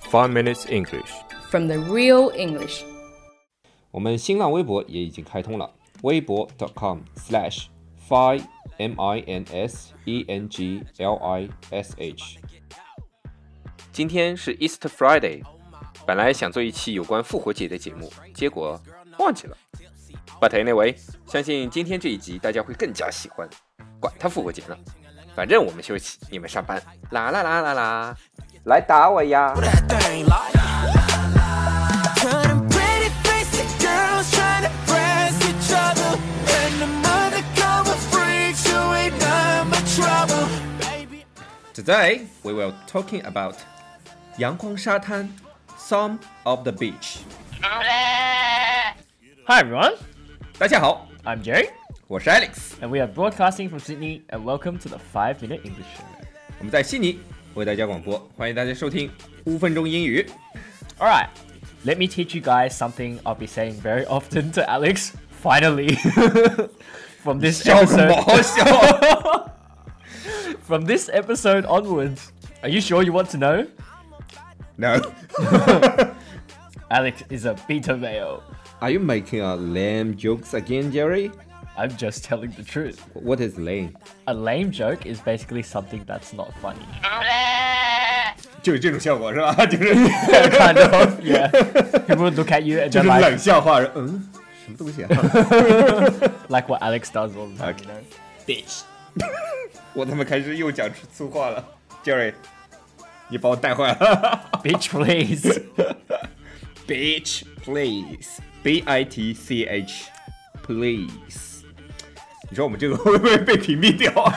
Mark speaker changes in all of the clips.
Speaker 1: Five Minutes English。
Speaker 2: from the real English.
Speaker 3: 我们新浪微博也已经开通了，微博 .com/slash five m i n s e n g l i s h。
Speaker 1: 今天是 Easter Friday，本来想做一期有关复活节的节目，结果忘记了。But anyway，相信今天这一集大家会更加喜欢。管他复活节呢，反正我们休息，你们上班。啦啦啦啦啦，来打我呀！
Speaker 4: that thing like. Turning pretty basic girls trying to press each other. And the undercover freaks who ain't nothing but trouble. Baby,
Speaker 1: Today we will talking about 阳光沙滩，Some of the beach。
Speaker 5: Hi everyone,
Speaker 1: 大家好，
Speaker 5: I'm Jerry,
Speaker 1: 我是 Alex，
Speaker 5: and we are broadcasting from Sydney, and welcome to the 5 Minute English Show.
Speaker 1: 我们在悉尼为大家广播，欢迎大家收听五分钟英语。
Speaker 5: Alright, let me teach you guys something I'll be saying very often to Alex, finally. from this
Speaker 1: 笑什么
Speaker 5: episode,
Speaker 1: 笑？
Speaker 5: from this episode onwards. Are you sure you want to know?
Speaker 1: No.
Speaker 5: Alex is a beta male.
Speaker 1: Are you making a lame jokes again, Jerry?
Speaker 5: I'm just telling the truth.
Speaker 1: What is lame？
Speaker 5: A lame joke is basically something that's not funny.
Speaker 1: 就是这种效果是吧？ 就是
Speaker 5: kind of, yeah. People would look at you and
Speaker 1: 就
Speaker 5: they're
Speaker 1: 是
Speaker 5: like,
Speaker 1: 冷笑话，嗯，什么东西啊？
Speaker 5: like what Alex does all the time,
Speaker 1: Okay.
Speaker 5: you know?
Speaker 1: 我他妈开始又讲出粗话了，Jerry，你把我带坏了
Speaker 5: Bitch, please.
Speaker 1: ，Bitch please，B I T C H please。你说我们这个会不会被屏蔽掉啊？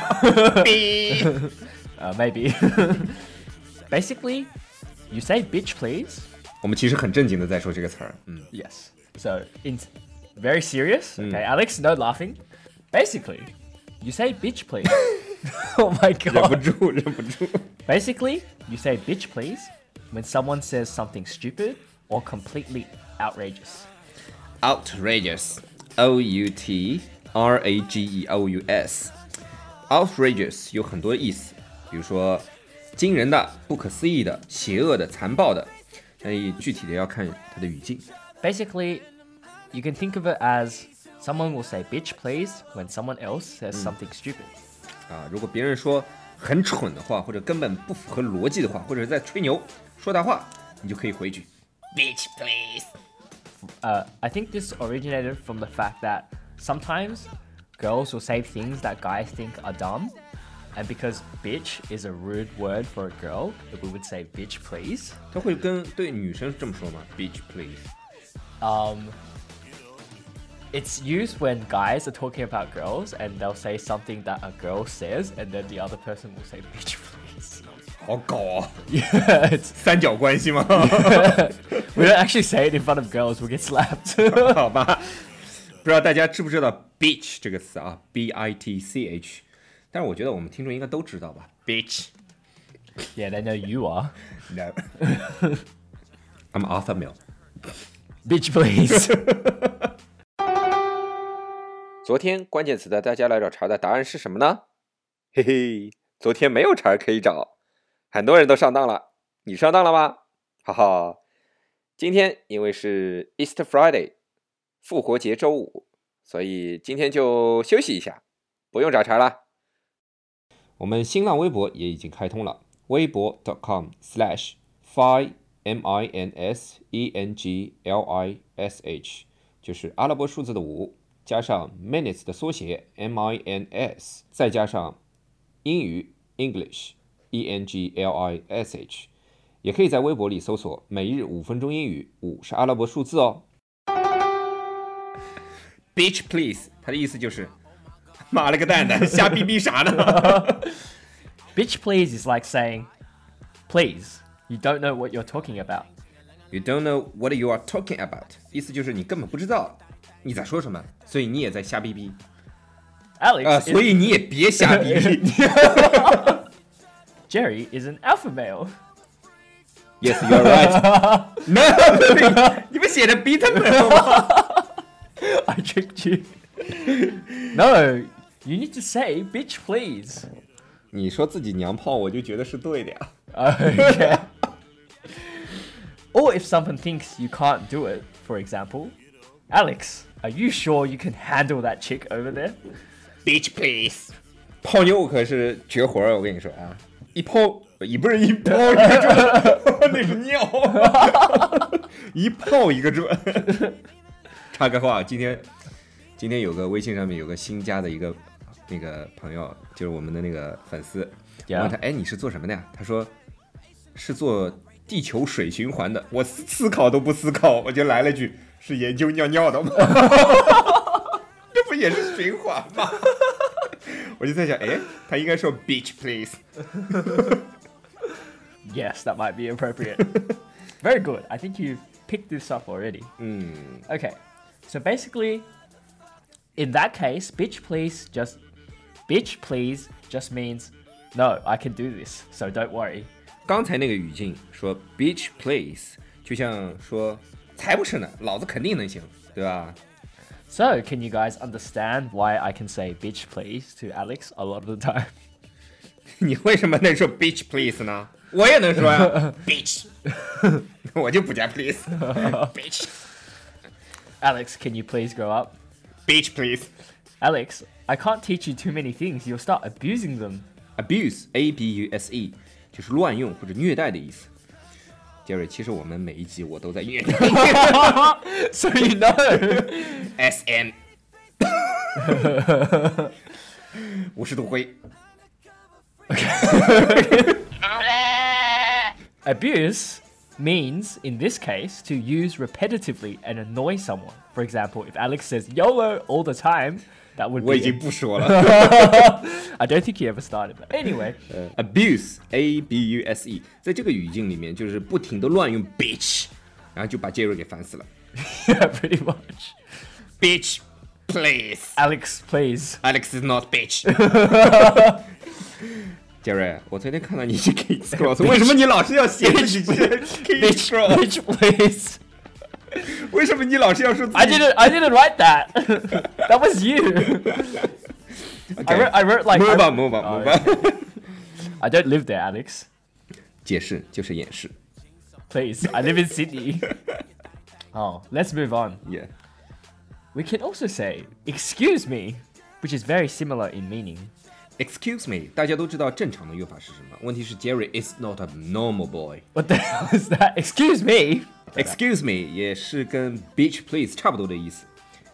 Speaker 5: Uh, maybe. Basically, you say bitch, please.
Speaker 1: 我们其实很正经的在说这个词儿，嗯
Speaker 5: Yes. So, in very serious. Okay, Alex, no laughing. Basically, you say bitch, please. oh my
Speaker 1: 忍不
Speaker 5: god.
Speaker 1: 住，忍不住。
Speaker 5: Basically, you say bitch, please when someone says something stupid or completely outrageous.
Speaker 1: outrageous o u t r a g e o u s outrageous 有很多意思，比如说惊人的、不可思议的、邪恶的、残暴的，那具体的要看它的语境。
Speaker 5: Basically, you can think of it as someone will say bitch, please when someone else says something stupid.
Speaker 1: 啊，如果别人说很蠢的话，或者根本不符合逻辑的话，或者在吹牛、说大话，你就可以回句 bitch please。
Speaker 5: uh, I think this originated from the fact that sometimes girls will say things that guys think are dumb, and because bitch is a rude word for a girl, we would say bitch please.
Speaker 1: 他会跟对女生这么说吗？bitch please。
Speaker 5: Um, it's used when guys are talking about girls and they'll say something that a girl says, and then the other person will say bitch please.
Speaker 1: 好搞啊，
Speaker 5: Yeah, it's,
Speaker 1: 三角关系吗？
Speaker 5: we don't actually say it in front of girls, we'll get slapped.
Speaker 1: 好吧，不知道大家知不知道 “bitch” 这个词啊，b i t c h，但是我觉得我们听众应该都知道吧，bitch。
Speaker 5: yeah, they know you are.
Speaker 1: No, I'm Arthur Mill。
Speaker 5: Bitch please.
Speaker 1: 昨天关键词的大家来找茬的答案是什么呢？嘿嘿，昨天没有茬儿可以找，很多人都上当了。你上当了吗？哈哈，今天因为是 Easter Friday，复活节周五，所以今天就休息一下，不用找茬了。
Speaker 3: 我们新浪微博也已经开通了，微博 .com/slash five m i n s e n g l i s h，就是阿拉伯数字的五加上 minutes 的缩写 m i n s，再加上英语 English e n g l i s h，也可以在微博里搜索“每日五分钟英语”，五是阿拉伯数字哦。
Speaker 1: Bitch please，它的意思就是妈了个蛋蛋，瞎逼逼啥呢？
Speaker 5: Bitch please is like saying, please, you don't know what you're talking about.
Speaker 1: You don't know what you are talking about，意思就是你根本不知道你在说什么，所以你也在瞎逼逼
Speaker 5: Alex,
Speaker 1: 啊、
Speaker 5: is-
Speaker 1: 所以你也别瞎逼逼。
Speaker 5: Jerry is an alpha male.
Speaker 1: yes, you're right. No，你 们写的逼他们吗？
Speaker 5: I tricked you. no, you need to say, bitch please.
Speaker 1: 你说自己娘炮，我就觉得是对的呀。
Speaker 5: Okay. Or if someone thinks you can't do it, for example, Alex, are you sure you can handle that chick over there?
Speaker 1: Bitch please，泡妞可是绝活儿，我跟你说啊，一泡也不是一泡一个准，那是尿， 一泡一个准。 插个话，今天今天有个微信上面有个新加的一个那个朋友，就是我们的那个粉丝，我
Speaker 5: Yeah
Speaker 1: 问他，哎，你是做什么的呀？他说是做地球水循环的。我思思考都不思考，我就来了句是研究尿尿的吗？ 这不也是循环吗？ 我就在想，哎，他应该说 beach please。
Speaker 5: Yes, that might be appropriate. Very good. I think you've picked this up already.
Speaker 1: 嗯
Speaker 5: Okay, so basically, in that case, bitch please just bitch please just means no, I can do this, so don't worry.
Speaker 1: 刚才那个语境说 beach please，就像说才不是呢，老子肯定能行，对吧？
Speaker 5: So, can you guys understand why I can say bitch please to Alex a lot of the time?
Speaker 1: 你为什么能说 bitch please 呢？我也能说呀、bitch，我就不加 please，bitch，bitch
Speaker 5: Alex, can you please grow up?
Speaker 1: please。
Speaker 5: Alex, I can't teach you too many things. You'll start abusing them.
Speaker 1: abuse a b u s e 就是乱用或者虐待的意思。杰瑞，其实我们每一集我都在虐待
Speaker 5: so you know.
Speaker 1: s m，五十度灰。
Speaker 5: Abuse means, in this case, to use repetitively and annoy someone. For example, if Alex says YOLO all the time, that would
Speaker 1: 我已
Speaker 5: be.
Speaker 1: 经不说了。
Speaker 5: I don't think he ever started that. Anyway,
Speaker 1: abuse a b u s e，在这个语境里面就是不停的乱用 bitch，然后就把杰瑞给烦死了。
Speaker 5: yeah, pretty much.
Speaker 1: bitch please。
Speaker 5: Alex, please.
Speaker 1: Alex is not bitch 。杰瑞，我昨天看到你去 K Cross，为什么你老是要写你去 K
Speaker 5: Bitch,
Speaker 1: Cross？
Speaker 5: bitch, please.
Speaker 1: 为什么你老是要说自己
Speaker 5: I didn't. I didn't write that. that was you. I, wrote, I wrote like.
Speaker 1: move
Speaker 5: I,
Speaker 1: on move on
Speaker 5: Oh,
Speaker 1: move on？
Speaker 5: I don't live there, Alex.
Speaker 1: 解释就是掩饰
Speaker 5: Please, I live in Sydney. Oh, let's move on.
Speaker 1: ，yeah。
Speaker 5: We can also say "excuse me," which is very similar in meaning.
Speaker 1: Excuse me，大家都知道正常的用法是什么？问题是 Jerry is not a normal boy。
Speaker 5: What the hell is that? Excuse me.
Speaker 1: Excuse me 也是跟 bitch please 差不多的意思，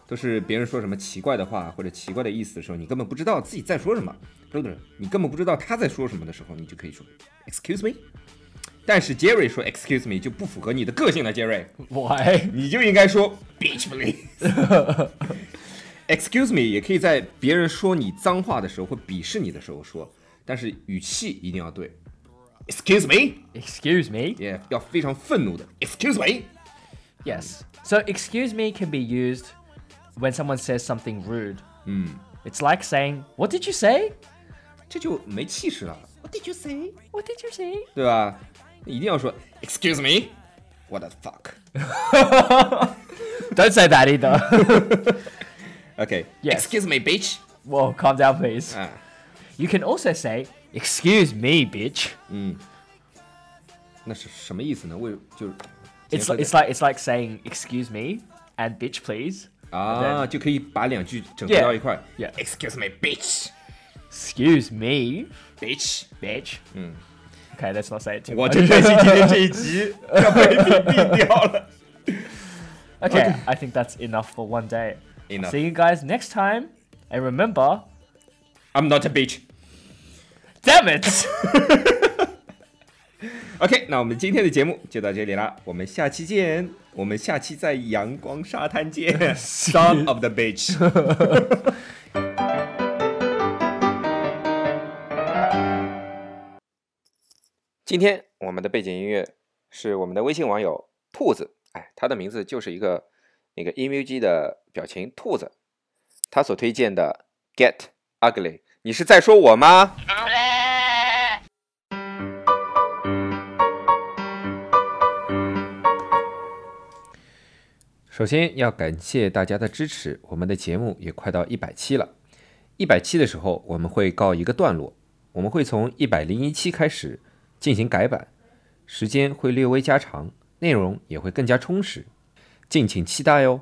Speaker 1: 都是别人说什么奇怪的话或者奇怪的意思的时候，你根本不知道自己在说什么，对不对？你根本不知道他在说什么的时候，你就可以说 Excuse me。但是 Jerry 说 Excuse me 就不符合你的个性了，Jerry，
Speaker 5: Why?
Speaker 1: 你就应该说 bitch please。Excuse me 也可以在别人说你脏话的时候或鄙视你的时候说，但是语气一定要对。Excuse me，
Speaker 5: Excuse me.
Speaker 1: 也、要非常愤怒的 Excuse me。
Speaker 5: Yes. So "excuse me" can be used when someone says something rude. It's like saying, "What did you say?
Speaker 1: 这就没气势了，
Speaker 5: What did you say?"
Speaker 1: 对吧？一定要说 Excuse me，what the fuck。
Speaker 5: Don't say that either. Yes.
Speaker 1: OK，Excuse、me bitch。
Speaker 5: Whoa, calm down, please.
Speaker 1: 啊，
Speaker 5: You can also say "excuse me, bitch."
Speaker 1: 那是什么意思呢？为就是结
Speaker 5: It's
Speaker 1: 合在
Speaker 5: like, it's like it's like saying "excuse me" and "bitch, please."
Speaker 1: 啊，就可以把两句整合到一块。
Speaker 5: Yeah.
Speaker 1: Excuse me bitch，bitch。
Speaker 5: Excuse me, bitch. Okay, let's not say it too
Speaker 1: 我
Speaker 5: much.
Speaker 1: 就 担心今天这一 集要被屏蔽掉了。
Speaker 5: Okay, I think that's enough for one day.
Speaker 1: Enough.
Speaker 5: See you guys next time. And remember,
Speaker 1: I'm not a bitch。
Speaker 5: damn it!
Speaker 1: OK，那我们今天的节目就到这里啦，我们下期见。我们下期在阳光沙滩见。Son of the bitch。
Speaker 6: 今天我们的背景音乐是我们的微信网友兔子，哎，他的名字就是一个那个 emoji 的表情兔子，他所推荐的 Get Ugly，你是在说我吗？
Speaker 1: 首先要感谢大家的支持，我们的节目也快到一百期了。一百期的时候，我们会告一个段落，我们会从一百零一期开始进行改版，时间会略微加长，内容也会更加充实，敬请期待哦。